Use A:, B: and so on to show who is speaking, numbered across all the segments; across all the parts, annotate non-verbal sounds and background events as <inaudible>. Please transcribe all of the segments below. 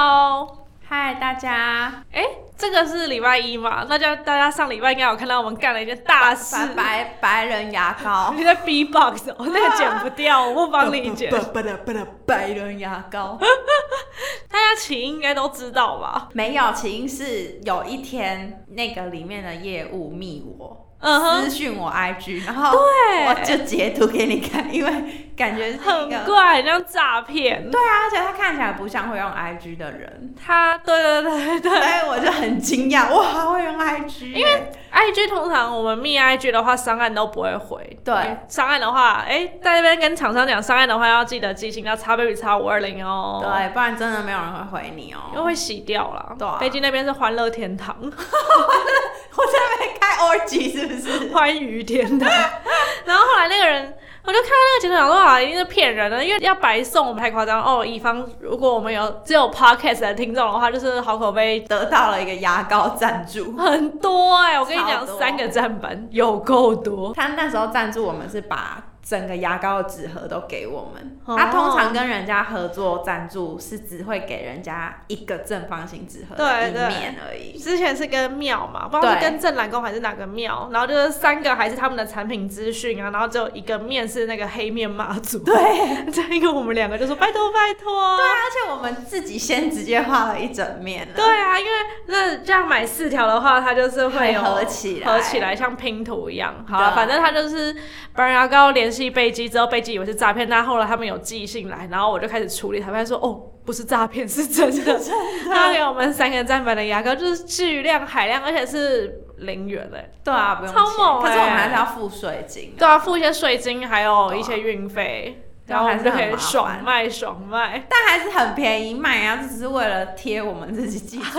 A: Hello，
B: 嗨，大家，
A: 哎、这个是礼拜一嘛？大家大家上礼拜应该有看到我们干了一件大事，
B: 白白白人牙膏，
A: 你在 B
B: <laughs>
A: box，我、那个剪不掉，我不帮你剪。
B: 不的不的 <laughs> 白人牙膏。
A: 大家起因应该都知道吧？
B: 没有，起因是有一天那个里面的业务密我。
A: 嗯哼
B: 私讯我 IG，然后
A: 对
B: 我就截图给你看，因为感觉是一
A: 很
B: 个
A: 怪，很像诈骗。
B: 对啊，而且他看起来不像会用 IG 的 <laughs> 人，
A: 他，对对对对
B: 所以我就很惊讶，哇，会用 IG，因为
A: ，IG 通常我们密 IG 的话，商案都不会回。
B: 对
A: 商案的话，哎、在那边跟厂商讲商案的话，要记得寄信到叉 baby 叉五二零哦。。
B: 对，不然真的没有人会回你哦、
A: 因为会洗掉啦，
B: 对啊
A: 北京那边是欢乐天堂，
B: 我在那边开 orgy 是不是？
A: 欢愉天堂。 <laughs> 然后后来那个人，我就看到那个截图，想说啊，一定是骗人的，因为要白送我们太夸张哦。以防如果我们有只有 podcast 的听众的话，就是好口碑
B: 得到了一个牙膏赞助，
A: 很多哎、我跟你
B: 超
A: 讲，
B: 多
A: 三个站板有够多。
B: 他那时候赞助我们是把整个牙膏的纸盒都给我们。
A: 哦
B: 他通常跟人家合作赞助是只会给人家一个正方形纸盒的
A: 对
B: 一
A: 对
B: 面而已。
A: 之前是跟庙嘛，不知道是
B: 对
A: 跟正蓝宫还是哪个庙，然后就是三个还是他们的产品资讯啊，然后只有一个面是那个黑面妈祖，
B: 对，对
A: <laughs> 这一个我们两个就说拜托拜托，
B: 啊，而且我们自己先直接画了一整面
A: <laughs>
B: 了。
A: 对啊，因为那这样买四条的话，它就是会有
B: 会合起来
A: 合起来像拼图一样。好啊，
B: 对
A: 反正它就是白牙膏联系贝基之后，贝基以为是诈骗，但后来他们有寄信来，然后我就开始处理，才发现说哦，不是诈骗，是真的。他给我们三个站板的牙膏，就是巨量海量，而且是零元嘞、
B: 对啊，不用
A: 超
B: 钱
A: 猛
B: 可是我们
A: 欸
B: 还是要付税金。
A: 对啊，付一些税金，还有
B: 对啊
A: 一些运费，
B: 对
A: 然
B: 啊
A: 后我们就可
B: 还是
A: 以
B: 很麻烦
A: 爽卖爽卖。 <laughs>
B: 但还是很便宜卖啊，这只是为了贴我们自己记
A: <laughs>
B: 住。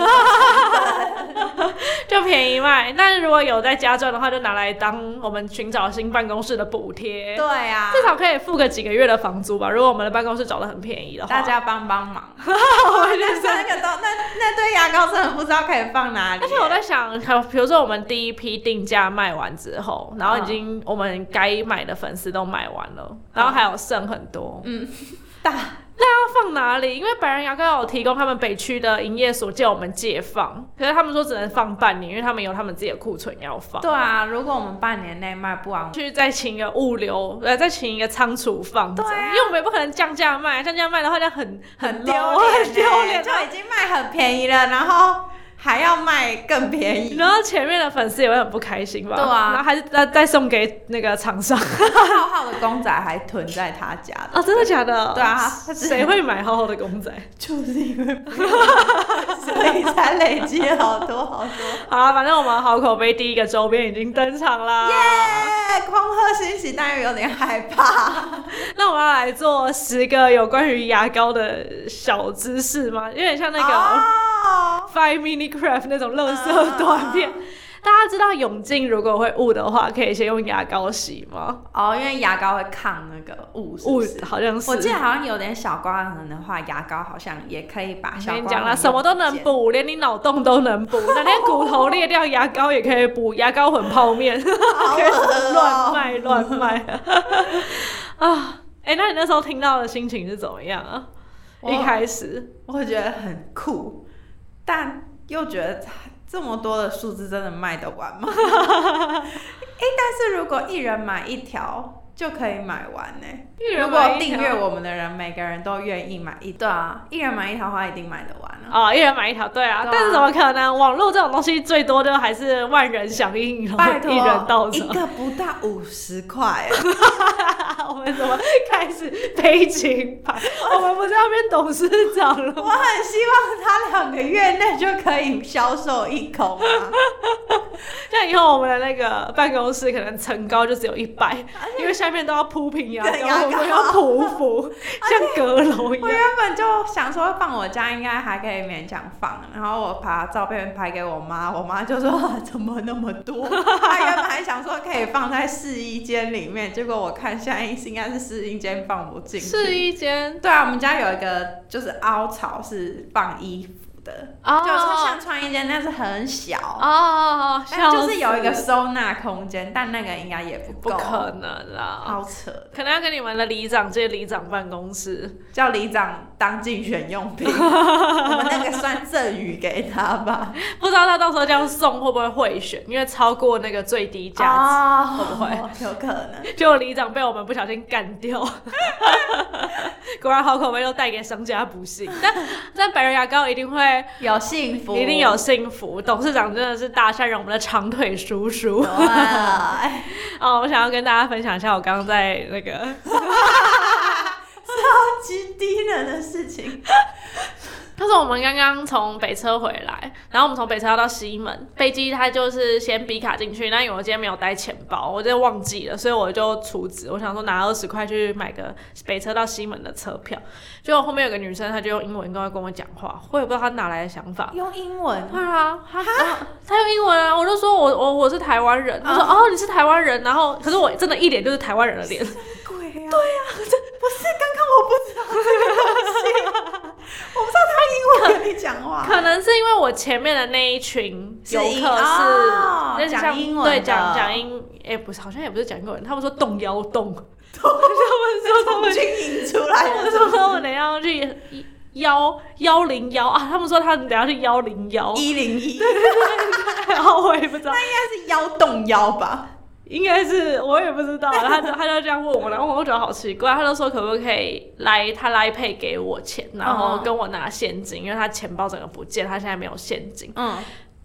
A: 就便宜卖。但是如果有在家赚的话，就拿来当我们寻找新办公室的补贴，
B: 对啊，
A: 至少可以付个几个月的房租吧。如果我们的办公室找的很便宜的话，<laughs>
B: 大家帮帮忙。我觉得那个都那那堆牙膏真的不知道可以放哪里。
A: 而且我在想，比如说我们第一批定价卖完之后，然后
B: 嗯
A: 已经我们该买的粉丝都买完了，然
B: 嗯
A: 后还有剩很多，
B: 大
A: 那要放哪里？因为百人牙膏有提供他们北区的营业所借我们借放，可是他们说只能放半年，因为他们有他们自己的库存要放。
B: 对啊，如果我们半年内卖不完，
A: 去再请一个物流，呃，再请一个仓储放着，
B: 对啊
A: 因为我们也不可能降价卖，啊降价卖的话，那很
B: 很欸
A: low，很丢脸。
B: 就已经卖很便宜了，然后还要卖更便宜，
A: <laughs> 然后前面的粉丝也会很不开心吧？
B: 对啊
A: 然后还是再再送给那个厂
B: <laughs>
A: 商
B: 浩浩的公仔还囤在他家的，
A: 哦，真的假的？
B: 对啊他只
A: 谁会买厚厚的公仔？
B: 就是因为不用 <laughs> 所以才累积好多好
A: <laughs>
B: 多。
A: 好啊啦，反正我们好口碑第一个周边已经登场啦。
B: 耶！狂贺新喜，但又有点害怕。
A: 那我们要来做十个有关于牙膏的小知识吗？有点 <laughs> 像那个、
B: 哦
A: Five Minute Craft 那种垃
B: 嗯
A: 圾短片。大家知道泳镜如果会雾的话，可以先用牙膏洗吗？
B: 哦，因为牙膏会抗那个雾，是
A: 雾
B: 不是？
A: 好像是。
B: 我记得好像有点小瓜痕的话，牙膏好像也可以把
A: 我
B: 小
A: 跟你
B: 瓜
A: 讲啦，
B: 痕
A: 什么都能
B: 剪
A: 补，连你脑洞都能
B: <laughs>
A: 补，那连骨头裂掉，牙膏也可以补，牙膏混泡面，
B: <laughs> 好恶
A: <laughs> 乱
B: 哦
A: 卖乱卖 <laughs> 啊！哎、那你那时候听到的心情是怎么样啊？
B: 我
A: 一开始，
B: 我觉得很酷，但又觉得这么多的数字真的卖得
A: <laughs>
B: 完吗？哎、但是如果一人买一条就可以买完呢、
A: 一人
B: 如果
A: 买一条
B: 订阅我们的人，每个人都愿意买一，对啊，一人买一条的话一定买得
A: <laughs>
B: 完啊。
A: 哦，一人买一条，对啊，
B: 对啊
A: 但是怎么可能？网络这种东西最多就还是万人响应，然
B: 拜
A: 后
B: 托，
A: 一人到
B: 一
A: 场。
B: 个不到五十块欸，
A: 我们怎么 <laughs> 开始悲情
B: <laughs>
A: 牌？我们不是要变董事长了
B: 我
A: 吗？
B: 很希望他两个月内就可以销售一空啊！
A: <laughs> 像以后我们的那个办公室可能层高就只有一百，因为下面都要铺平牙
B: 对
A: 膏，
B: 牙
A: 我
B: 膏
A: 们要匍
B: <laughs>
A: 匐，像阁楼一
B: 我
A: 样
B: 原。本就想说放我家应该还可以勉强放，然后我把照片拍给我妈，我妈就说、 <laughs> 啊怎么那么多？ <laughs> 她原本还想说可以放在试衣间里面，结果我看现在应该是试衣间放不进去。
A: 衣间
B: 对啊，我们家有一个就是凹槽是放衣服的，
A: 哦
B: 就是像穿衣间，但是很小，
A: 哦，
B: 但就是有一个收纳空间，但那个应该也不
A: 不
B: 够，
A: 可能啦，
B: 好扯。
A: 可能要跟你们的里长借里长办公室。 <laughs>
B: 叫里长当竞选用品，我们算赠予给他吧。
A: 不知道他到时候这样送会不会贿选，因为超过那个最低价值。
B: 啊，
A: 会不会
B: 有可能？
A: 结果里长被我们不小心干
B: <laughs>
A: 掉，果然好口碑都带给商家不幸。但但百人牙膏一定会，
B: 有幸福，
A: 一定有。幸福。董事长真的是大善人，我们的长腿叔叔。
B: 嗯哎，
A: <laughs> 哦，我想要跟大家分享一下，我刚刚在那个
B: 超级低能的事情。
A: 就是我们刚刚从北车回来，然后我们从北车要到西门，飞机它就是先比卡进去，那因为我今天没有带钱包，我就忘记了，所以我就储值，我想说拿二十块去买个北车到西门的车票，结果后面有个女生，她就用英文跟我跟我讲话，我也不知道她哪来的想法。
B: 用英文，
A: 对啊，她她她用英文啊，我就说我我我是台湾人，她说、
B: 啊
A: 哦你是台湾人，然后可是我真的一脸就是台湾人的脸，
B: 鬼啊！对啊，这不是刚刚我不知道这个东西，我不知道他用英文跟你讲话。
A: 可能是因为我前面的那一群游客
B: 是
A: 是
B: 英哦
A: 那就像
B: 讲英文的
A: 对，讲讲英，哎、不是，好像也不是讲英文，他们说动摇
B: <laughs>
A: 动，他
B: 从
A: 们说
B: 军引出
A: 他
B: 来
A: 们，
B: 的
A: 他们说我等一下要去幺幺零幺啊，他们说他们等一下去幺零幺，
B: 一零一，应
A: <laughs> 然后我也不知道，
B: 该是幺洞幺吧？
A: 应该是我也不知道，然后他就他就这样问我，然后我就觉得好奇怪，他就说可不可以来他来配给我钱，然后
B: 嗯
A: 跟我拿现金，因为他钱包整个不见，他现在没有现金。
B: 嗯，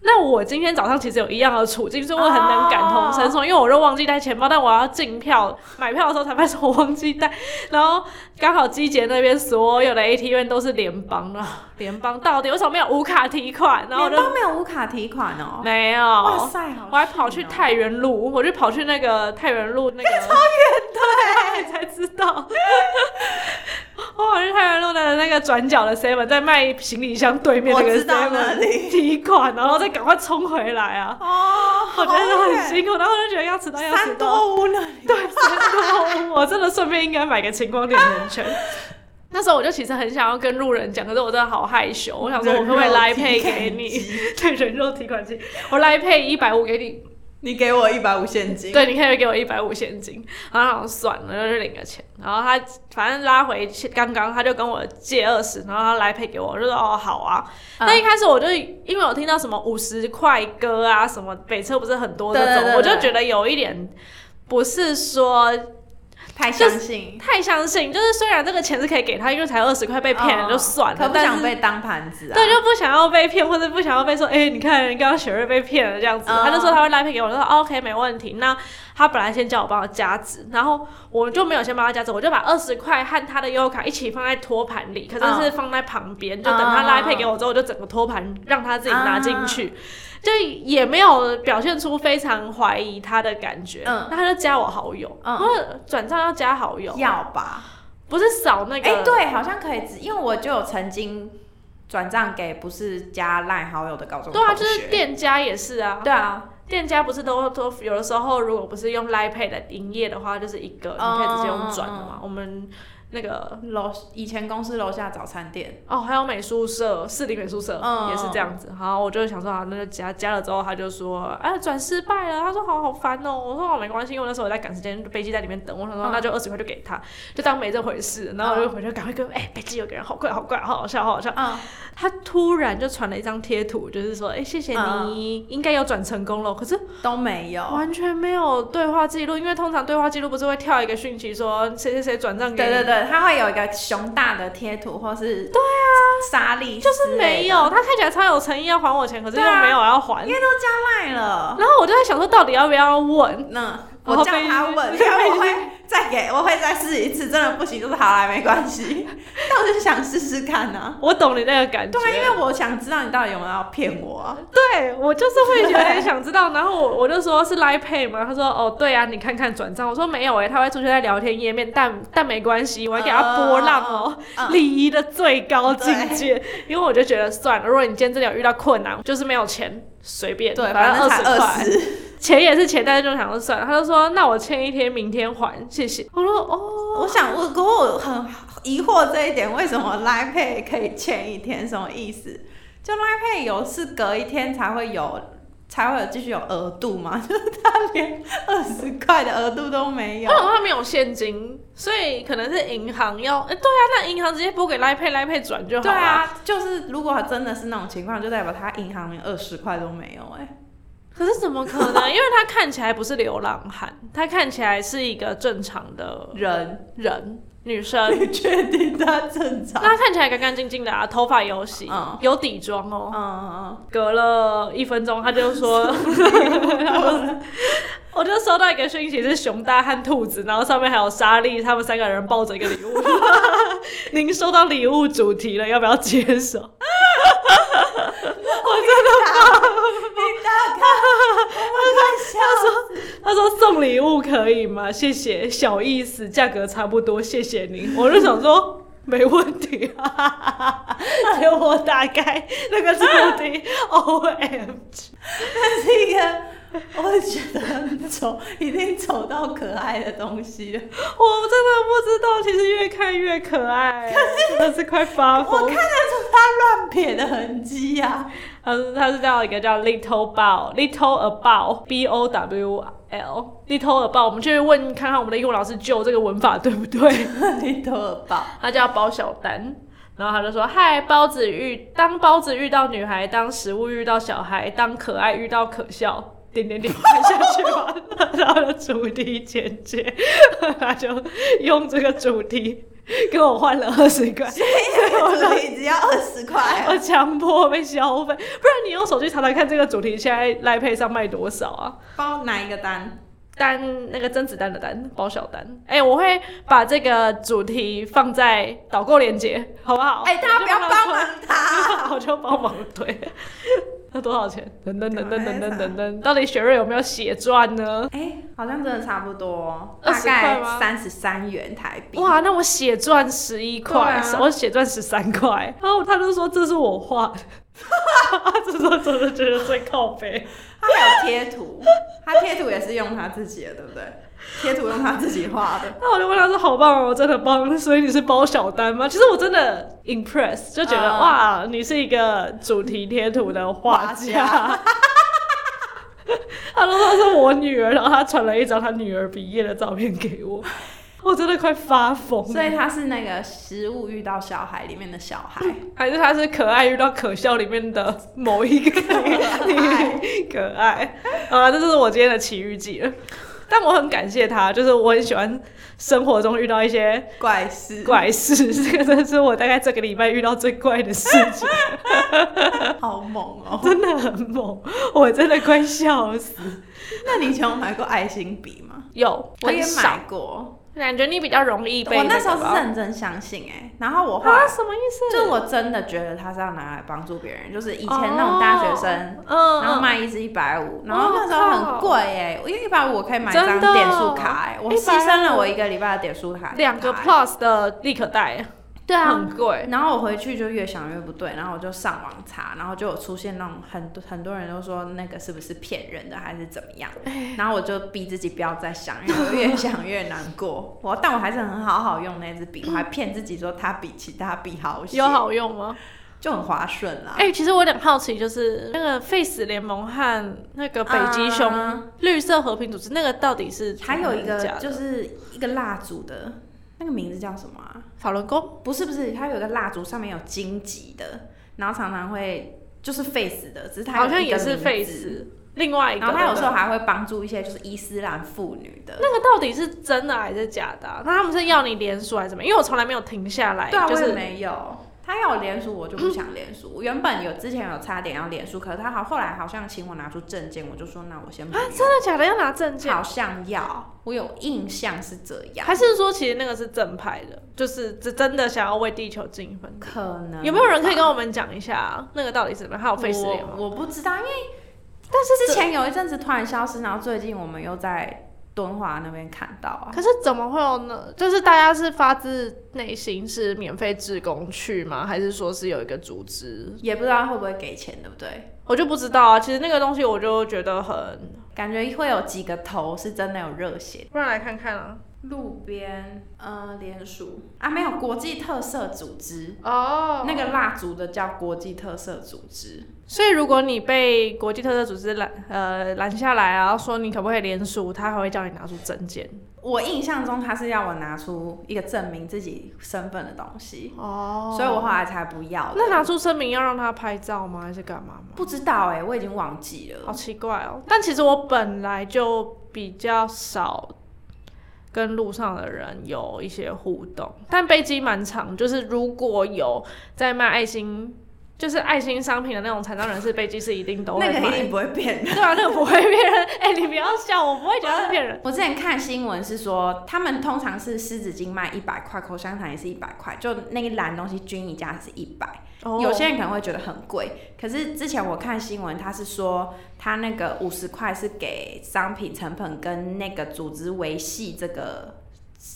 A: 那我今天早上其实有一样的处境，所以我很能感同身受因为我就忘记带钱包，但我要进票买票的时候才发现我忘记带，然后刚好机姐那边所 <laughs> 有的 ATM 都是联邦的，联邦到底为什么没有无卡提款？然后我
B: 联
A: 就
B: 邦没有无卡提款哦。
A: 没有，
B: 哇塞，好
A: 我还跑去
B: 逊哦
A: 太原路，我就跑去那个太原路
B: <laughs>
A: 那个超远的，才知道。我跑去太原路的那个转角的 seven，在卖行李箱对面那
B: 我
A: 个
B: 知道那
A: seven
B: 里
A: 提款，然后再赶快冲回来啊！
B: 哦，
A: 我觉得
B: 好
A: 很
B: 远
A: 辛苦，然后我就觉得要迟到要迟
B: 三
A: 到，
B: 多五呢？
A: 对，三多，我真的顺便应该买个晴光点人
B: <laughs>
A: 权。那时候我就其实很想要跟路人讲，可是我真的好害羞，我想说我可不可以来配给你？ <laughs> 对，人肉提款机，我来配一百五给你，
B: 你给我一百五现金，
A: 对，你可以给我一百五现金。然后想算了，那就领个钱。然后他反正拉回去，刚刚他就跟我借二十，然后他来配给我，我就说哦好啊。
B: 嗯
A: 那、一开始我就因为我听到什么五十块歌啊，什么北车不是很多这
B: 对
A: 种，
B: 对对
A: 我
B: 对
A: 就觉得有一点。不是说
B: 太相信，
A: 太相信，就是虽然这个钱是可以给他，因为才二十块被骗了
B: 嗯
A: 就算了，
B: 可不
A: 但
B: 想
A: 是
B: 被当盘子啊。
A: 对，就不想要被骗，或者不想要被说，哎、你看刚刚雪瑞被骗了这样子。
B: 嗯
A: 他就说他会拉配给我，我就说哦 OK 没问题。那他本来先叫我帮他加值，然后我就没有先帮他加值，我就把二十块和他的优卡一起放在托盘里，可是是放在旁边，就等他拉配给我之后，我就整个托盘让他自己拿进去。
B: 啊
A: 就也没有表现出非常怀疑他的感觉，
B: 嗯
A: 那他就加我好友，
B: 嗯
A: 然后转账要加好友，
B: 要吧？
A: 不是扫那个，
B: 哎、对，好像可以只，因为我就有曾经转账给不是加赖好友的高中
A: 对啊，
B: 同
A: 就
B: 学
A: 是店家也是啊，
B: 对啊，
A: 店家不是都都有的时候，如果不是用 Line Pay 的营业的话，就是一个，你可以直接
B: 哦
A: 用转的嘛。我们那个
B: 楼以前公司楼下早餐店，
A: 哦，还有美术社，市立美术社、
B: 嗯
A: 也是这样子。好，我就想说，啊好，那就加加了之后，他就说，哎，转失败了。他说，好好烦哦、我说，哦，没关系，因为那时候我在赶时间，飞机在里面等。我想说，
B: 嗯
A: 那就二十块就给他，就当没这回事。然后我就回去赶快跟，哎、飞机有个人好怪，好怪，好好笑，好好笑。
B: 嗯，
A: 他突然就传了一张贴图，就是说，哎、谢谢
B: 嗯
A: 你，应该有转成功了。可是
B: 都没有，
A: 完全没有对话记录，因为通常对话记录不是会跳一个讯息说谁谁谁转账给
B: 对
A: 你，
B: 对对，它会有一个熊大的贴图或是对啊沙粒，
A: 就是没，有。他看起来超有诚意要还我钱，可是又
B: 对啊
A: 没有要还。
B: 因为都加赖了。
A: 然后我就在想说，到底要不要问？
B: 那
A: 然
B: 我
A: 后
B: 叫
A: 被
B: 他
A: 被
B: 问，因为我会再给，我会再试一次，真的不行就是好啦，没关系。但我就是想试试看啊。
A: 我懂你那个感觉，
B: 对啊，因为我想知道你到底有没有要骗我啊。
A: 对我就是会有点想知道。然后我我就说是 Line Pay 吗？他说哦对啊，你看看转账。我说没有诶、欸他会出现在聊天页面，但但没关系，我还给他波浪哦、
B: 嗯嗯
A: 礼仪的最高境界。 <laughs> 因为我就觉得算了，如果你今天真的有遇到困难，就是没有钱。随便，
B: 对，
A: 反
B: 反正才
A: 十块
B: 二，十，
A: 钱也是钱，但是就想说算了。他就说那我欠一天，明天还，谢谢。我说哦，
B: 我想问，可我很疑惑这一点，为什么 Line Pay 可以欠一天？什么意思？就 Line Pay 有是隔一天才会有才会有继续有额度嘛， <laughs> 就是他连二十块的额度都没有
A: 他。哦们他没有现金，所以可能是银行要，哎、对啊，那银行直接拨给 Line Pay Line Pay 转就好
B: 对
A: 了。，
B: 啊，就是如果真的是那种情况，就代表他银行连二十块都没有哎、
A: 可是怎么可能？因为他看起来不是流浪汉，他看起来是一个正常的
B: 人，
A: 人，女
B: <laughs>
A: 生。
B: 你确定他正常？
A: 那她看起来干干净净的啊，头发有洗，
B: 嗯
A: 有底妆哦。
B: 嗯嗯
A: 隔了一分钟，他就说， <laughs> 我就收到一个讯息是熊大和兔子，然后上面还有莎莉，他们三个人抱着一个礼 <laughs> 物。您收到礼物主题了，要不要接手？
B: 嗯，你大概，我们快笑
A: <laughs> 他说送礼物可以吗？谢谢，小意思，价格差不多，谢谢您。我就想说。没问题、啊， <laughs> 给我打开那个主 <laughs> 题 O M，
B: 死，是一个我觉得很丑，已经丑到可爱的东西了。
A: 我真的不知道，其实越看越可爱，真的是快发
B: 我看
A: 疯
B: 得。出他乱撇的痕迹啊呀、
A: 他是他是叫一个叫 Little Bow，Little About B O W L，Little About，我们去问看看我们的英文老师就这个文法对不对？
B: 啊， <laughs> 你头耳 <laughs> 包。
A: 他叫包小丹，然后他就说：“嗨，包子遇当包子遇到女孩，当食物遇到小孩，当可爱遇到可笑。”点点点看下去吧，然后主题简介， <laughs> 他就用这个主题跟我换了二十块，
B: 我个椅只要二十块，
A: 我 <laughs> 强迫被消费，不然你用手机查查看这个主题现在赖配上卖多少啊？
B: 包哪一个单？
A: 单那个甄子丹的单包小丹，哎、我会把这个主题放在导购链接，好不好？
B: 哎、大家不要帮忙他。
A: <laughs> 我就帮忙推。 <laughs> 那多少钱？等等等等等等等
B: 啊
A: 等，到底雪瑞有没有血赚呢？
B: 哎、好像真的差不多，大
A: 20
B: 概
A: 块吗
B: 三十三元台币。
A: 哇，那我血赚十一块
B: 对啊，
A: 我血赚十三块。然后他就说这是我画的， <laughs> 这是我真的觉得最靠背。
B: 他还有贴图，他贴图也是用他自己的，对不对？贴图用他自己画
A: <laughs>
B: 的。
A: 那我就问他说好棒哦，真的棒，所以你是包小单吗？其实我真的 impress，就觉得、
B: 嗯
A: 哇，你是一个主题贴图的画
B: 画
A: 家。 <laughs> 他说他是我女儿，然后他传了一张他女儿毕业的照片给我，我真的快发疯了。
B: 所以他是那个食物遇到小孩里面的小孩，
A: 还是他是可爱遇到可笑里面的某一个可 <laughs> 爱啊，这就是我今天的奇遇记了。但我很感谢他，就是我很喜欢生活中遇到一些
B: 怪事。
A: <laughs> 怪事，这个真的是我大概这个礼拜遇到最怪的事 <laughs> 情，
B: 好猛哦、
A: 真的很猛，我真的快笑死。
B: <laughs> 那你以前有买过爱心笔吗？
A: 有，
B: 我也
A: 很少
B: 买，过，
A: 感觉你比较容易被
B: 我
A: 个吧。
B: 那时候是认真相信哎、然后我后来
A: 啊，什么意思？
B: 就我真的觉得他是要拿来帮助别人，就是以前那
A: 哦
B: 种大学生，
A: 嗯，
B: 然后
A: 嗯
B: 卖一支一百五，然
A: 哦
B: 后那时候
A: 靠
B: 很贵哎、因为一百五我可以买一
A: 真
B: 张
A: 的
B: 点数卡哎、我
A: 150
B: 牺牲了我一个礼拜的点数卡，
A: 嗯两个
B: 卡欸
A: plus 的立可带，
B: 对啊。
A: 很贵。
B: 然后我回去就越想越不对，然后我就上网查，然后就有出现那种很多很多人都说那个是不是骗人的还是怎么样，
A: 哎
B: 然后我就逼自己不要再想，因为我越想越难过。我但我还是很好好用那支笔，我还骗自己说它比其他笔好写，
A: 有好用吗？
B: 就很划算啦。
A: 哎、其实我有点好奇，就是那个 Face 联盟和那个北极熊、
B: 啊
A: 绿色和平组织，那个到底是
B: 还有一个
A: 真的假的
B: 就是一个蜡烛的，那个名字叫什么啊？
A: 法轮功，
B: 不是不是，它有一个蜡烛上面有荆棘的，然后常常会就是 face 的，只是它有
A: 好像
B: 一个
A: 也是
B: 名字
A: Face，另外一个，
B: 然后他有时
A: 对
B: 候
A: 不对
B: 还会帮助一些就是伊斯兰妇女的。
A: 那个到底是真的还是假的啊、那他们是要你连锁还是怎么样？因为我从来没有停下来，
B: 对啊，
A: 哎就
B: 我也
A: 是
B: 没有。他要我连署，我就不想连署。我原本有之前有差点要连署，可是他好后来好像请我拿出证件，我就说那我先不
A: 啊
B: 用。，
A: 真的假的要拿证件，
B: 好像要，我有印象是这样，
A: 还是说其实那个是正牌的，就是这真的想要为地球尽一份力？
B: 可能
A: 有没有人可以
B: 吧
A: 跟我们讲一下、啊、那个到底是怎么样？还有 Face 联盟，
B: 我我不知道，因为
A: 但
B: 之
A: 是
B: 前有一阵子突然消失，然后最近我们又在敦化那边看到啊。
A: 可是怎么会有呢？就是大家是发自内心是免费志工去吗？还是说是有一个组织？
B: 也不知道会不会给钱，对不对？
A: 我就不知道啊。其实那个东西我就觉得很，
B: 感觉会有几个头是真的有热血。
A: 不然来看看啊。
B: 路边呃联署啊，没有国际特色组织，
A: 哦
B: 那个蜡烛的叫国际特色组织。
A: 所以如果你被国际特色组织拦呃拦下来啊，然后说你可不可以联署，他还会叫你拿出证件。
B: 我印象中他是要我拿出一个证明自己身份的东西，
A: 哦
B: 所以我后来才不要的。
A: 那拿出声明要让他拍照吗？还是干嘛吗？
B: 不知道哎、我已经忘记了。
A: 好奇怪哦。但其实我本来就比较少跟路上的人有一些互动，但背机蛮长，就是如果有在卖爱心，就是爱心商品的那种残障人士，背机是一定都会
B: 那个一
A: 买。
B: 定不会变的。
A: 对啊，那个不会骗人。 <laughs> 哎、你不要笑，我不会觉得是骗人。
B: 我之前看新闻是说，他们通常是湿纸巾卖一百块，口香糖也是一百块，就那一篮东西均一价是一百、0有
A: 哦
B: 些人可能会觉得很贵，可是之前我看新闻，他是说他那个五十块是给商品成本跟那个组织维系这个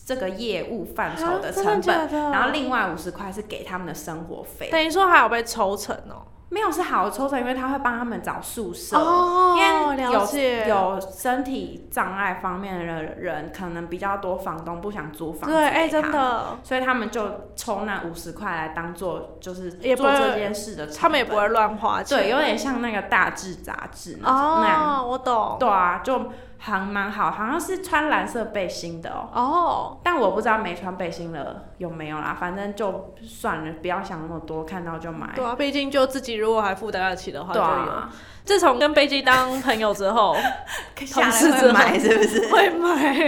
B: 这个业务范畴的
A: 啊
B: 成
A: 真的
B: 本，
A: 假的
B: 然后另外五十块是给他们的生活费。
A: 等于说还有被抽成哦。
B: 没有是好的抽成，因为他会帮他们找宿舍。
A: 哦
B: 因为
A: 了解
B: 有有身体障碍方面的人，可能比较多，房东不想租房子
A: 对，哎、
B: 给
A: 真
B: 他们，
A: 的，
B: 所以他们就抽那五十块来当做就是
A: 也不
B: 做
A: 会
B: 这件事的成本，
A: 他们也不会乱花钱。
B: 对，有点像那个大志杂志那种那样，
A: 哦，我懂。
B: 对啊，就还蛮好，好像是穿蓝色背心的哦。
A: 哦，
B: 但我不知道没穿背心的有没有啦，反正就算了，不要想那么多，看到就买。
A: 对啊，毕竟就自己如果还负担得起的话，就
B: 哎对
A: 有。
B: 啊，
A: 自从跟贝基当朋友之
B: <laughs>
A: 后，
B: 下
A: 同
B: 来
A: 事
B: 会
A: 之后
B: 买是不是？
A: 会
B: <laughs>
A: 买。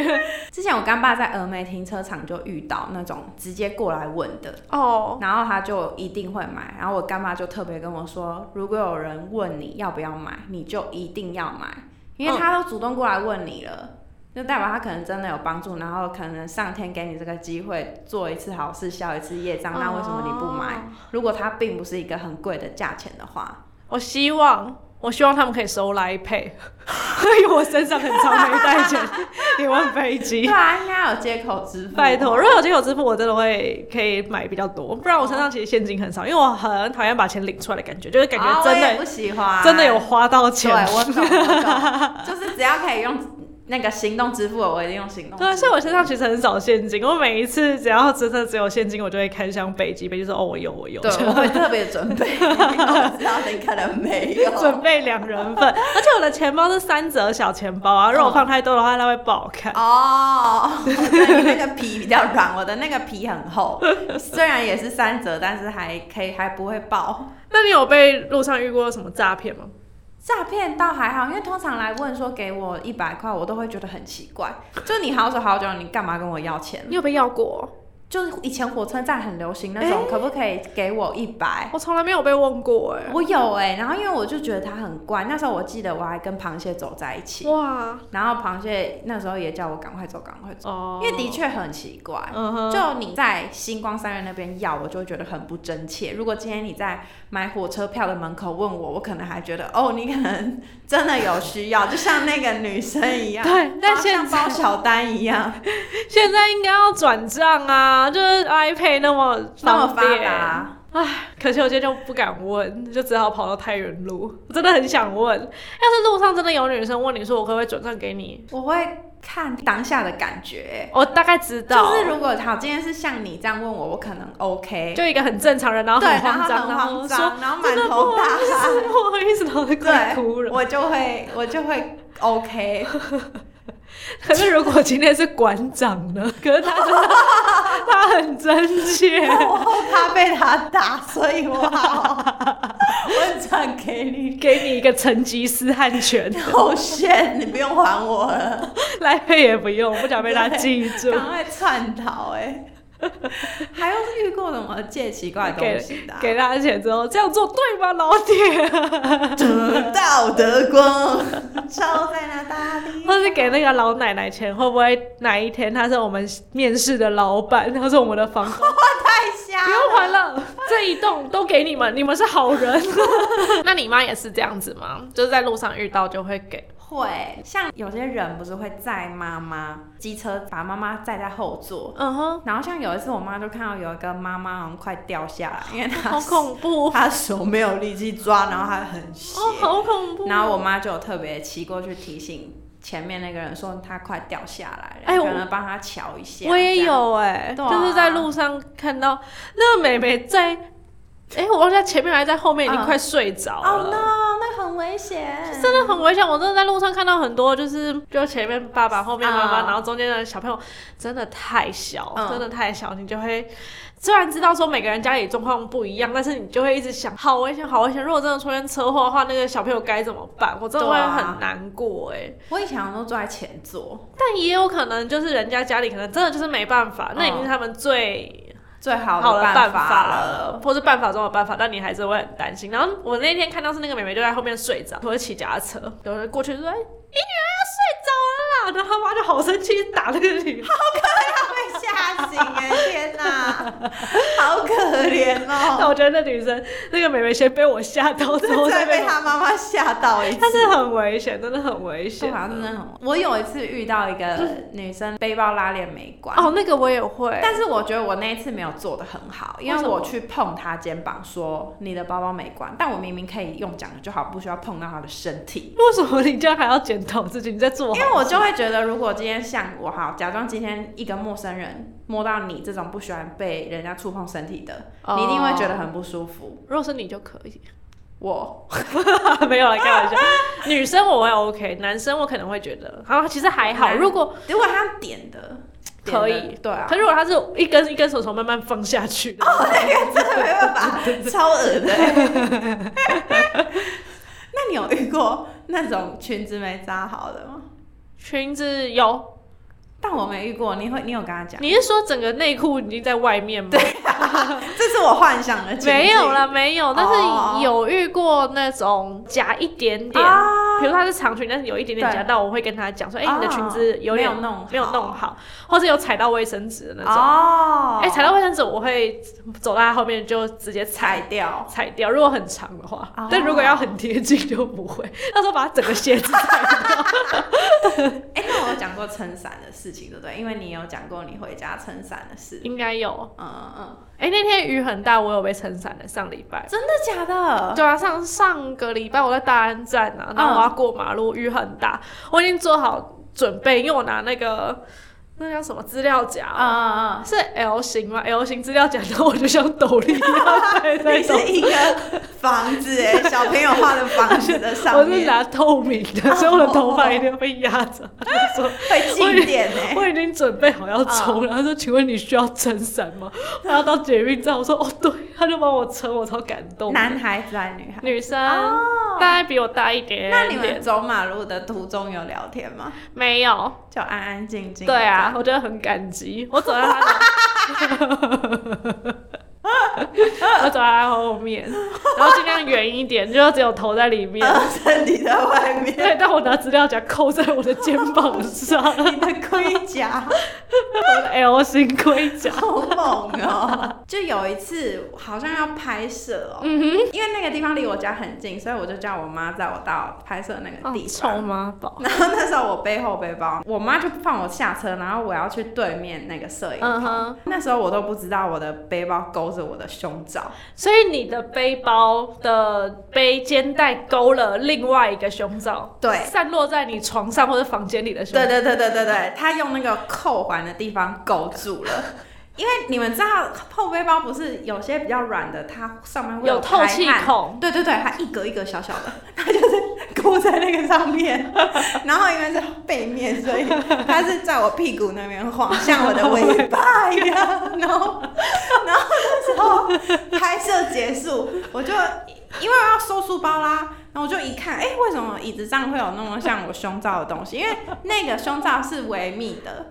B: 之前我干爸在峨眉停车场就遇到那种直接过来问的，
A: 哦，
B: 然后他就一定会买，然后我干妈就特别跟我说，如果有人问你要不要买，你就一定要买，因为他都主动过来问你了。就代表他可能真的有帮助，然后可能上天给你这个机会做一次好事，消一次业障，那为什么你不买？
A: 哦
B: 如果它并不是一个很贵的价钱的话，
A: 我希望。我希望他们可以收来配， <laughs> 因为我身上很常没带钱， <laughs> 你问飞
B: 对
A: 机。
B: 啊，应该有接口支付。
A: 拜托，如果有金有支付，我真的会可以买比较多，不然我身上其实现金很少，因为我很讨厌把钱领出来的感觉，就是感
B: 啊
A: 觉
B: 我
A: 真
B: 也
A: 的、
B: 不喜欢，
A: 真的有花到钱。
B: 对，我懂，我
A: <laughs>
B: 懂，就是只要可以用那个行动支付，我一定用行动支付。
A: 对，所以我身上其实很少现金。我每一次只要真的只有现金，我就会开箱北极，北极说哦我有我有，
B: 对，我会特别准
A: <laughs>
B: 备，我知道你可能没有。
A: 准备两人份。而且我的钱包是三折小钱包啊，如果我放太多的话，它会不好看。
B: 哦，对你那个皮比较软，我的那个皮很厚，虽然也是三折，但是还可以，还不会爆。
A: 那你有被路上遇过什么诈骗吗？
B: 诈骗倒还好，因为通常来问说给我一百块，我都会觉得很奇怪。就你好手好脚，你干嘛跟我要钱？
A: 你有被要过？
B: 就是以前火车站很流行那种，可不可以给我一百？
A: 我从来没有被问过哎、
B: 我有哎、然后因为我就觉得它很怪，那时候我记得我还跟螃蟹走在一起，
A: 哇
B: 然后螃蟹那时候也叫我赶快走，赶快走，
A: 哦
B: 因为的，确很奇怪。
A: 嗯哼，
B: 就你在星光三月那边要，我就会觉得很不真切。如果今天你在买火车票的门口问我，我可能还觉得哦，你可能真的有需要，就像那个女生一样，
A: 对，但现
B: 像包小单一样，
A: 现在应该要转账啊，就是 iPay 那么
B: 那么发
A: 方便
B: 达。
A: 可惜我今天就不敢问，就只好跑到太原路。我真的很想问，要是路上真的有女生问你说我可不可以转账给你，
B: 我会看当下的感觉、欸
A: 我大概知道，
B: 就是如果好，今天是像你这样问我，我可能 OK。
A: 就一个很正常人，然后
B: 对，
A: 很
B: 然
A: 哦慌张，
B: 后很
A: 后
B: 慌
A: 说
B: 张，然后
A: 真
B: 满
A: 的不
B: 头大
A: 好意
B: 汗，
A: 思，不好意思，然后就快哭
B: 对，
A: 了。
B: 我就会我就会 OK，
A: 可是如果今天是馆长呢？可是他真的他很真切，
B: 我怕被他打，所以我好我转给你。
A: 给你一个成吉思汗
B: <laughs>
A: 拳，
B: 好险，你不用还我
A: <laughs>
B: 了，
A: 来配也不用，不想被他记住。
B: 赶快窜逃哎、还有遇过什么借奇怪
A: 给
B: 东西的啊、
A: 给他钱之后，这样做对吗，老铁？
B: <laughs> 道德光照在那大
A: <laughs>
B: 地。
A: 或是给那个老奶奶钱，会不会哪一天她是我们面试的老板，她是我们的房东，
B: 太瞎
A: 不
B: 了
A: 用还 <laughs> 了，这一栋都给你们，你们是好人。 <laughs> 那你妈也是这样子吗？就是在路上遇到就会给，
B: 会，像有些人不是会载妈妈机车，把妈妈载在后座。
A: 嗯哼，
B: 然后像有一次，我妈就看到有一个妈妈好像快掉下来，因为
A: <laughs>
B: 她
A: 好恐怖，
B: 她手没有力气抓，然后她很斜。 <laughs>
A: 哦，好恐怖，
B: 然后我妈就有特别骑过去提醒前面那个人说他快掉下来了，
A: 哎我
B: 可能帮他瞧一下。
A: 我也
B: 这样，
A: 有哎、
B: 对啊
A: 就是在路上看到那个妹妹在，哎、我忘记在前面还是在后面，已经
B: 嗯
A: 快睡着
B: 哦、
A: 了。
B: no，那很危险。
A: 真的很危险，我真的在路上看到很多，就是就前面爸爸，后面妈妈
B: 嗯
A: 然后中间的小朋友，真的太小，
B: 嗯
A: 真的太小，你就会虽然知道说每个人家里状况不一样，但是你就会一直想，好危险，好危险！如果真的出现车祸的话，那个小朋友该怎么办？我真的会
B: 对啊
A: 很难过哎、
B: 我以前都坐在前座，
A: 但也有可能就是人家家里可能真的就是没办法，那已经是他们最
B: 最好
A: 好的
B: 的
A: 办
B: 法
A: 法了，或是办法中的办法，但你还是会很担心。然后我那天看到是那个妹妹就在后面睡着，我就骑脚踏车，有人过去就说：“哎你女儿要睡着了啦！”然后他妈就好生气，打那个女的。
B: 被吓醒哎、天哪，好可怜
A: 但
B: 哦！
A: 我觉得那女生那个妹妹先被 <laughs> 我吓到之后再
B: 再
A: 被
B: 被，他妈妈吓到一次。
A: 但是很危险，真的很危
B: 对
A: 险。
B: 啊，真的很。我有一次遇到一个女生背包拉链没关，
A: 哦，那个我也会，
B: 但是我觉得我那一次没有做的很好，因
A: 为什
B: 为
A: 么
B: 我去碰她肩膀说你的包包没关，但我明明可以用讲的就好，不需要碰到她的身体。
A: 为什么你这样还要检讨自己？你在做好事？
B: 因为我就会觉得，如果今天像我好，假装今天一个陌生人摸到你这种不喜欢被人家触碰身体的，你一定会觉得
A: 哦，
B: 很不舒服。
A: 如果是你就可以。 <laughs>
B: 我
A: 没有啦，开玩笑。女生我会 OK，男生我可能会觉得，好，其实还好。
B: 男
A: 如果
B: 如果他点的，点的
A: 可以
B: 对啊
A: 可，是如果他是一根一根手手慢慢放下去的，
B: 哦真的没办法， <laughs> 超恶的 <laughs> 欸。
A: <laughs>
B: 那你有遇过那种裙子没扎好的吗？
A: 裙子有。
B: 但我没遇过，你会，你有跟他讲？
A: 你是说整个内裤已经在外面吗？
B: 这是我幻想的情境，
A: <laughs> 没有啦，没有。但
B: 哦
A: 是有遇过那种夹一点点，
B: 啊，
A: 比如它是长裙，但是有一点点
B: 对
A: 夹到，我会跟他讲说，哎，
B: 哦
A: 你的裙子有
B: 没
A: 点
B: 有弄，
A: 没有弄，好，或者有踩到卫生纸的那种。
B: 哦，
A: 哎，踩到卫生纸我会走到他后面就直接踩
B: 踩掉，
A: 踩掉，如果很长的话，
B: 哦
A: 但如果要很贴近就不会。那时候把它整个鞋子踩掉，
B: 哎，那我有讲过撑伞的事情，对不对？因为你有讲过你回家撑伞的事，
A: 应该有。
B: 嗯嗯嗯，
A: 哎、那天雨很大，我有被撑伞的。上礼拜，
B: 真的假的？
A: 对啊，上上个礼拜我在大安站啊，然后
B: 嗯
A: 我要过马路，雨很大，我已经做好准备，因为我拿那个那叫什么资料夹
B: 嗯
A: 啊、
B: 嗯
A: 是 L 型吗？L 型资料夹，然后我就像斗笠一样背
B: 嗯，
A: 在
B: 你
A: 手
B: <laughs> 是一个房
A: <laughs>
B: 子哎，小朋友画的房子的
A: 我
B: 上
A: 是
B: 面
A: 拿透明的，所以我的头发一定要被压
B: <laughs>
A: 着。我就说
B: 会经典哎，
A: 我已经准备好要
B: 嗯
A: 冲了，他说：“请问你需要撑伞吗？”他要到捷运站，我说：“哦，对。”他就帮我撑，我超感动。
B: 男孩子还是女孩？
A: 女生、
B: 哦
A: 大概比我大一点点，
B: 那你们走马路的途中有聊天吗？
A: 没有？
B: 就安安静静。
A: 对啊，，我觉得很感激。我走在他的， <laughs> 我走在他后面，然后尽量远一点，就只有头在里
B: <laughs>
A: 面
B: 然。后身体在外面，
A: 对，但我拿资料夹扣在我的肩膀上，
B: 你的盔甲
A: 我的 <laughs> L 型盔甲。
B: 好猛哦！ <laughs> 就有一次好像要拍摄哦，
A: 嗯哼，
B: 因为那个地方离我家很近，所以我就叫我妈载我到拍摄那个
A: 哦
B: 地
A: 臭
B: 方。
A: 妈宝。
B: 然后那时候我背后背包，我妈就放我下车，然后我要去对面那个摄影
A: 嗯
B: 棚。
A: 哼。
B: 那时候我都不知道我的背包勾着我的胸罩，
A: 所以你的背包的背肩带勾了另外一个胸罩，
B: 对，
A: 散落在你床上或者房间里的胸罩。
B: 对对对对对对，他用那个扣环的地方勾住
A: <laughs>
B: 了。因为你们知道后背包不是有些比较软的，它上面会
A: 有透
B: 排
A: 气
B: 汗。
A: 孔。
B: 对对对，它一格一格小小的，它就是勾在那个上面。然后因为是背面，所以它是在我屁股那边晃，像我的尾巴一样。然后，然后那时候拍摄结束，我就因为要收书包啦，然后我就一看，哎、为什么椅子上会有那么像我胸罩的东西？因为那个胸罩是维密的，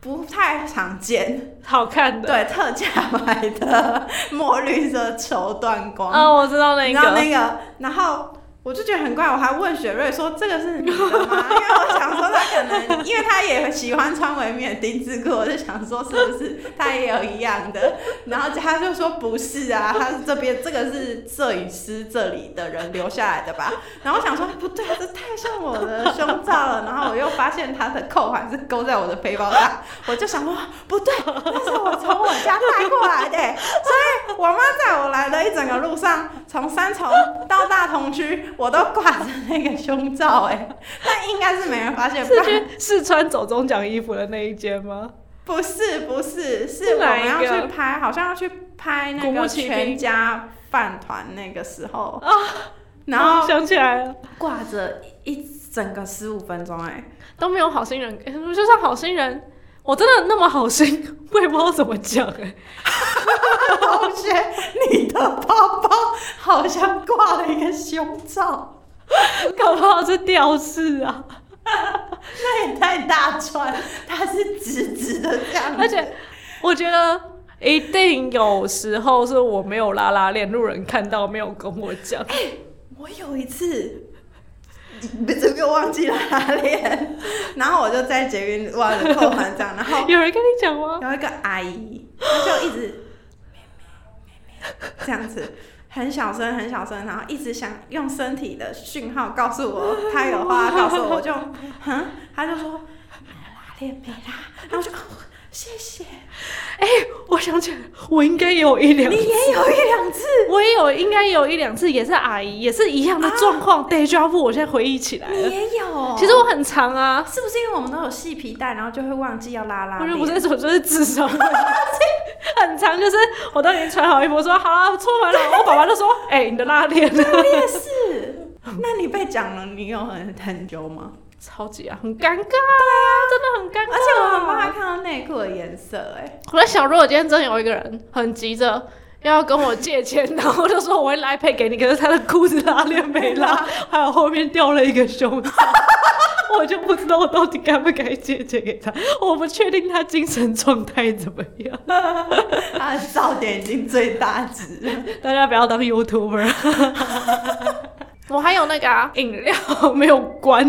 B: 不太常见，
A: 好看的。
B: 对，特价买的 <laughs> 墨绿色绸缎光，
A: 哦，我知道那
B: 你知道
A: 个。
B: 那个，然后。我就觉得很怪，我还问雪瑞说这个是你的吗？因为我想说他可能，因为他也喜欢穿维密的丁字裤，我就想说是不是他也有一样的？然后他就说不是啊，他是这边这个是摄影师这里的人留下来的吧？然后我想说不对，这太像我的胸罩了。然后我又发现它的扣环是勾在我的背包上，我就想说不对，那是我从我家带过来的欸、所以我妈载我来的一整个路上，从三重到大同区，我都挂着那个胸罩、哎，但应该是没人发现，不
A: 是
B: 然
A: 去试穿走中奖衣服的那一间吗？
B: 不是不是，
A: 是
B: 是我
A: 哪
B: 们
A: 一
B: 要
A: 个
B: 去拍，好像要去拍
A: 古
B: 那
A: 墓
B: 个
A: 奇兵啊
B: 全家饭团那个时候然后
A: 想起来了，
B: 挂着一整个十五分钟、哎，
A: 都没有好心人，诶就算好心人，我真的那么好心，我也不知道怎么讲哎、 <laughs>
B: 同学，你的包包好像挂了一个胸罩，
A: 搞不好是吊饰啊，
B: 那也太大穿，它是直直的这样子，
A: 而且我觉得。一定有时候是我没有拉拉链，路人看到没有跟我讲，
B: 我有一次，这个忘记了拉链， <laughs> 然后我就在捷运忘了扣环章，然
A: <laughs>
B: 后
A: 有人跟你讲吗？
B: 有一个阿姨，她就一直妹妹妹妹这样子，很小声很小声，然后一直想用身体的讯号告诉我她有话要告诉我，我
A: <laughs>
B: 就哼，她就说拉链没拉，然后我就、哦、谢谢，
A: 哎、我想起来了，我应该也有一两
B: 你也有一两次，
A: 我也有，应该有一两次也是阿姨，也是一样的状况。deja vu，我现在回忆起来
B: 你
A: 了。
B: 也有，
A: 其实我很长啊，
B: 是不是因为我们都有细皮带，然后就会忘记要拉拉
A: 我
B: 链？
A: 就不是说就是智商问题，很长就是我都已经穿好衣服，说好了，我出门了，我爸爸就说，哎、你的拉链呢？
B: 我也是。那你被讲了，你有很很久吗？
A: 超级啊，很尴尬啊，真的很尴
B: <laughs>
A: 尬。
B: 而且我很怕看到内裤的颜色、 <laughs> 哎，
A: 我在想，如果今天真有一个人很急着。要跟我借钱， <laughs> 然后就说我会来配给你，可是他的裤子拉链没拉，
B: 啊
A: 还有后面掉了一个胸罩，我就不知道我到底该不该借钱给他，我不确定他精神状态怎么样。
B: 它的噪点已经最大值了。
A: 大家不要当 YouTuber。我还有那个啊饮、料没有关，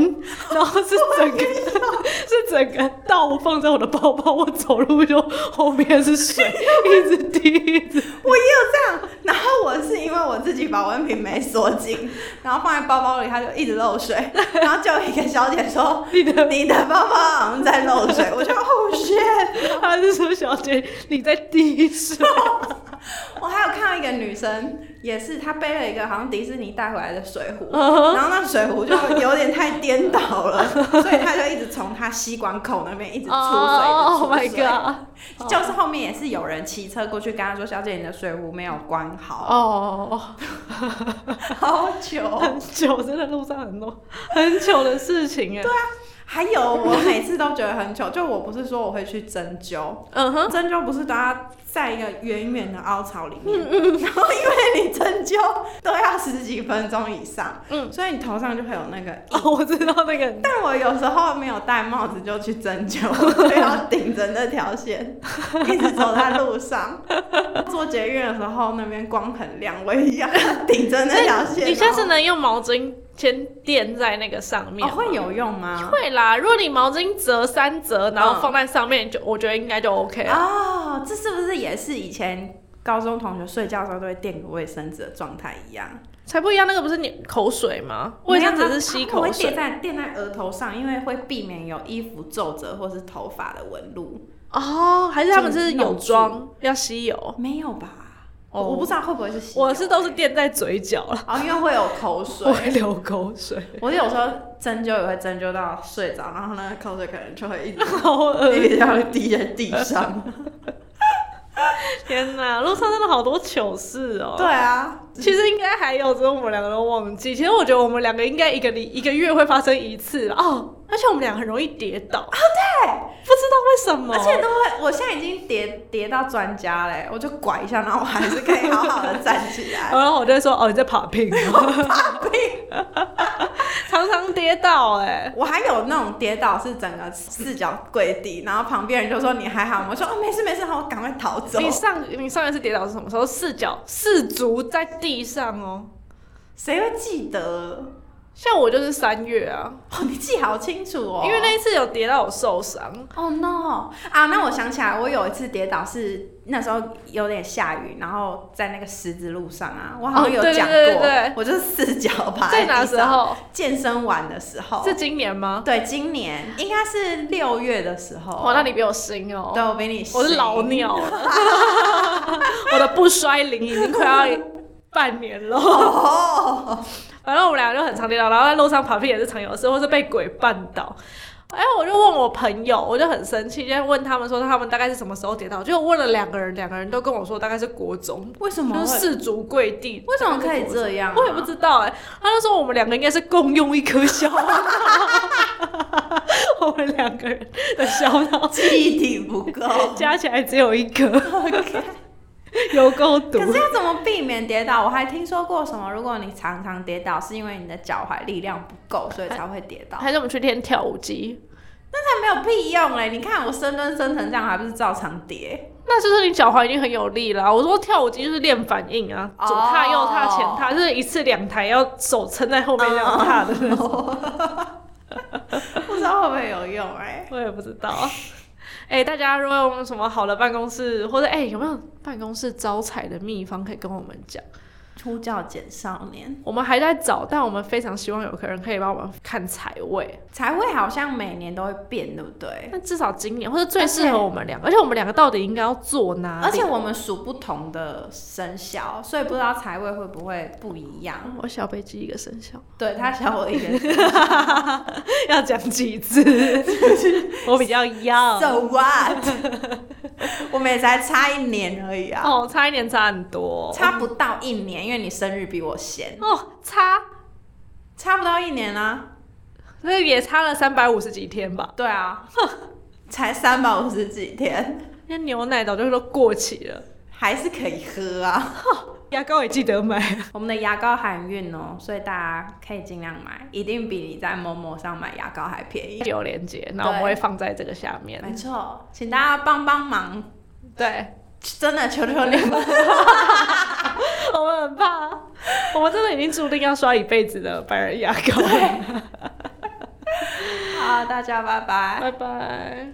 A: 然后是整个是整个倒放在我的包包，我走路就后面是 <laughs> 水，一直滴一直滴：“
B: 我也有这样，然后我是因为我自己保温瓶没锁紧， <laughs> 然后放在包包里，它就一直漏水。 <laughs> 然后就有一个小姐说 <laughs>
A: 你的
B: 你的包包好像在漏水。”我就哦 shit！
A: 他是说小姐你在滴水，
B: 我还有看到一个女生，也是她背了一个好像迪士尼带回来的水壶，
A: 嗯哼
B: 然后那水壶就有点太颠倒
A: <laughs>
B: 了，所以她就一直从她吸管口那边一直出水。
A: Oh
B: 一
A: my
B: 直出水
A: god！哦
B: 就是后面也是有人骑车过去跟她说：“小姐，你的水壶没有关好。
A: 哦，
B: 好久哦
A: 很久，真的路上很多很久的事情哎。对啊，
B: 还有我每次都觉得很久，就我不是说我会去针灸，
A: 嗯哼，
B: 针灸不是都要在一个远远的凹槽里
A: 嗯
B: 面，然后因为你针灸都要十几分钟以上，
A: 嗯
B: 所以你头上就会有那个。
A: 哦，我知道那个
B: 但我有时候没有戴帽子就去针灸，我就要顶着那
A: <laughs>
B: 条线，一直走在路上。做捷运的时候那边光很亮，我也一样顶着那条线。
A: 你下次
B: 然
A: 能用毛巾先垫在那个上面
B: 后
A: 吗、
B: 哦会有用吗？
A: 会啦，如果你毛巾折三折，然后
B: 嗯
A: 放在上面，就我觉得应该就 OK 啊了。
B: 哦，这是不是也是以前高中同学睡觉的时候都会垫个卫生纸的状态一样？
A: 才不一样，那个不是你口水吗？卫生纸是吸
B: 我
A: 口
B: 会垫
A: 水
B: 在垫在额头上，因为会避免有衣服皱褶或是头发的纹路。
A: 哦，还是他们
B: 就是
A: 有
B: 弄住
A: 妆要吸油？
B: 没有吧？
A: 哦
B: 我不知道会不会是洗
A: 我是
B: 油
A: 都是
B: 欸
A: 垫在嘴角了，
B: 哦，因为会有口
A: <laughs> 我
B: 水。
A: 会流口水， <laughs>
B: <laughs> 我有时候针灸也会针灸到睡着，然后那个口水可能就 <laughs> 会一直
A: 好恶
B: 一直这样滴在地上。
A: 天哪，路上真的好多糗事哦。
B: <laughs> 对，啊，
A: 其实应该还有，只是我们两个都忘记。其实我觉得我们两个应该一个礼一个月会发生一次啦哦，而且我们俩很容易跌倒
B: 哦
A: 啊、对，不知道为什么，
B: 而且都会，我现在已经跌跌到专家嘞，我就拐一下，然后我还是可以好好的站起 <laughs> 来。
A: 然后我就会说哦你在爬病，常常跌倒哎、
B: 我还有那种跌倒是整个四脚跪地，然后旁边人就说你还好吗？我说哦没事没事，好，我赶快逃走。
A: 你上你上一次跌倒是什么时候？四脚四足在地上哦，
B: 谁会记得？
A: 像我就是三月啊，
B: 哦，你记好清楚哦。
A: 因为那一次有跌到我受伤，
B: 哦、no 啊，那我想起来，我有一次跌倒是那时候有点下雨，然后在那个十字路上啊，我好
A: 哦
B: 像有
A: 对对
B: 讲过，
A: 对对
B: 我就是四脚爬
A: 在
B: 在
A: 哪
B: 地
A: 时
B: 上。
A: 候？
B: 健身完的时候，
A: 是今年吗？
B: 对，今年应该是六月的时候。
A: 哇，那你比我新哦。
B: 对我比你
A: 我是 <laughs>
B: 新
A: 老鸟了，我的不衰龄已经快要半年喽。哦反正我们俩就很常跌倒，然后在路上跑屁也是常有事，或是被鬼绊倒。哎，我就问我朋友，我就很生气，就问他们说他们大概是什么时候跌倒，就问了两个人，两个人都跟我说大概是国中，
B: 为什
A: 就
B: 么
A: 是
B: 会？
A: 四足跪地。
B: 为什么可以这样啊、
A: 我也不知道哎、他就说我们两个应该是共用一颗小脑，我们两个人的小脑
B: 记忆体不够。
A: <laughs> 加起来只有一颗， <laughs> 有够毒
B: 可。是要怎么避免跌倒？我还听说过什么，如果你常常跌倒，是因为你的脚踝力量不够，所以才会跌倒。
A: 还是我们去练跳舞机？
B: 那没有屁用嘞！你看我深蹲深成这样，还不是照常跌？
A: 那就是你脚踝已经很有力了啊。我说跳舞机就是练反应啊，
B: 哦
A: 左踏右踏前踏，就是一次两台要手撑在后面这样踏的那种。
B: <laughs> 哦不知道会不会有用哎、
A: <laughs> 我也不知道。哎、大家如果有什么好的办公室，或者哎、有没有办公室招财的秘方可以跟我们讲？
B: 出教减少年，
A: 我们还在找，但我们非常希望有个人可以帮我们看财位。
B: 财位好像每年都会变，对不对？
A: 那至少今年或者最适合我们两个，而且我们两个到底应该要做哪里？
B: 而且我们属不同的生肖，所以不知道财位会不会不一样。
A: 我小北记一个生肖，
B: 对他小我一点，
A: <laughs> 要讲几 <laughs> 次？我比较要
B: <laughs> So what？我们也才差一年而已啊，
A: 哦，差一年差很多，
B: 差不到一年，因为你生日比我先，
A: 哦差，
B: 差不到一年啊。
A: 那也差了三百五十几天吧。
B: 对 <laughs> 啊，才三百五十几天，
A: 那牛奶早就都过期了，
B: 还是可以喝啊。
A: 牙膏也记得买。 <laughs>
B: 我们的牙膏含运哦，所以大家可以尽量买，一定比你在某某上买牙膏还便宜。
A: 有链接，然后我们会放在这个下面。
B: 没错，请大家帮帮忙，
A: 对，
B: 真的求求你们。
A: 我们很怕，我们真的已经注定要刷一辈子的白人牙膏。
B: 好，大家拜拜。
A: 拜拜。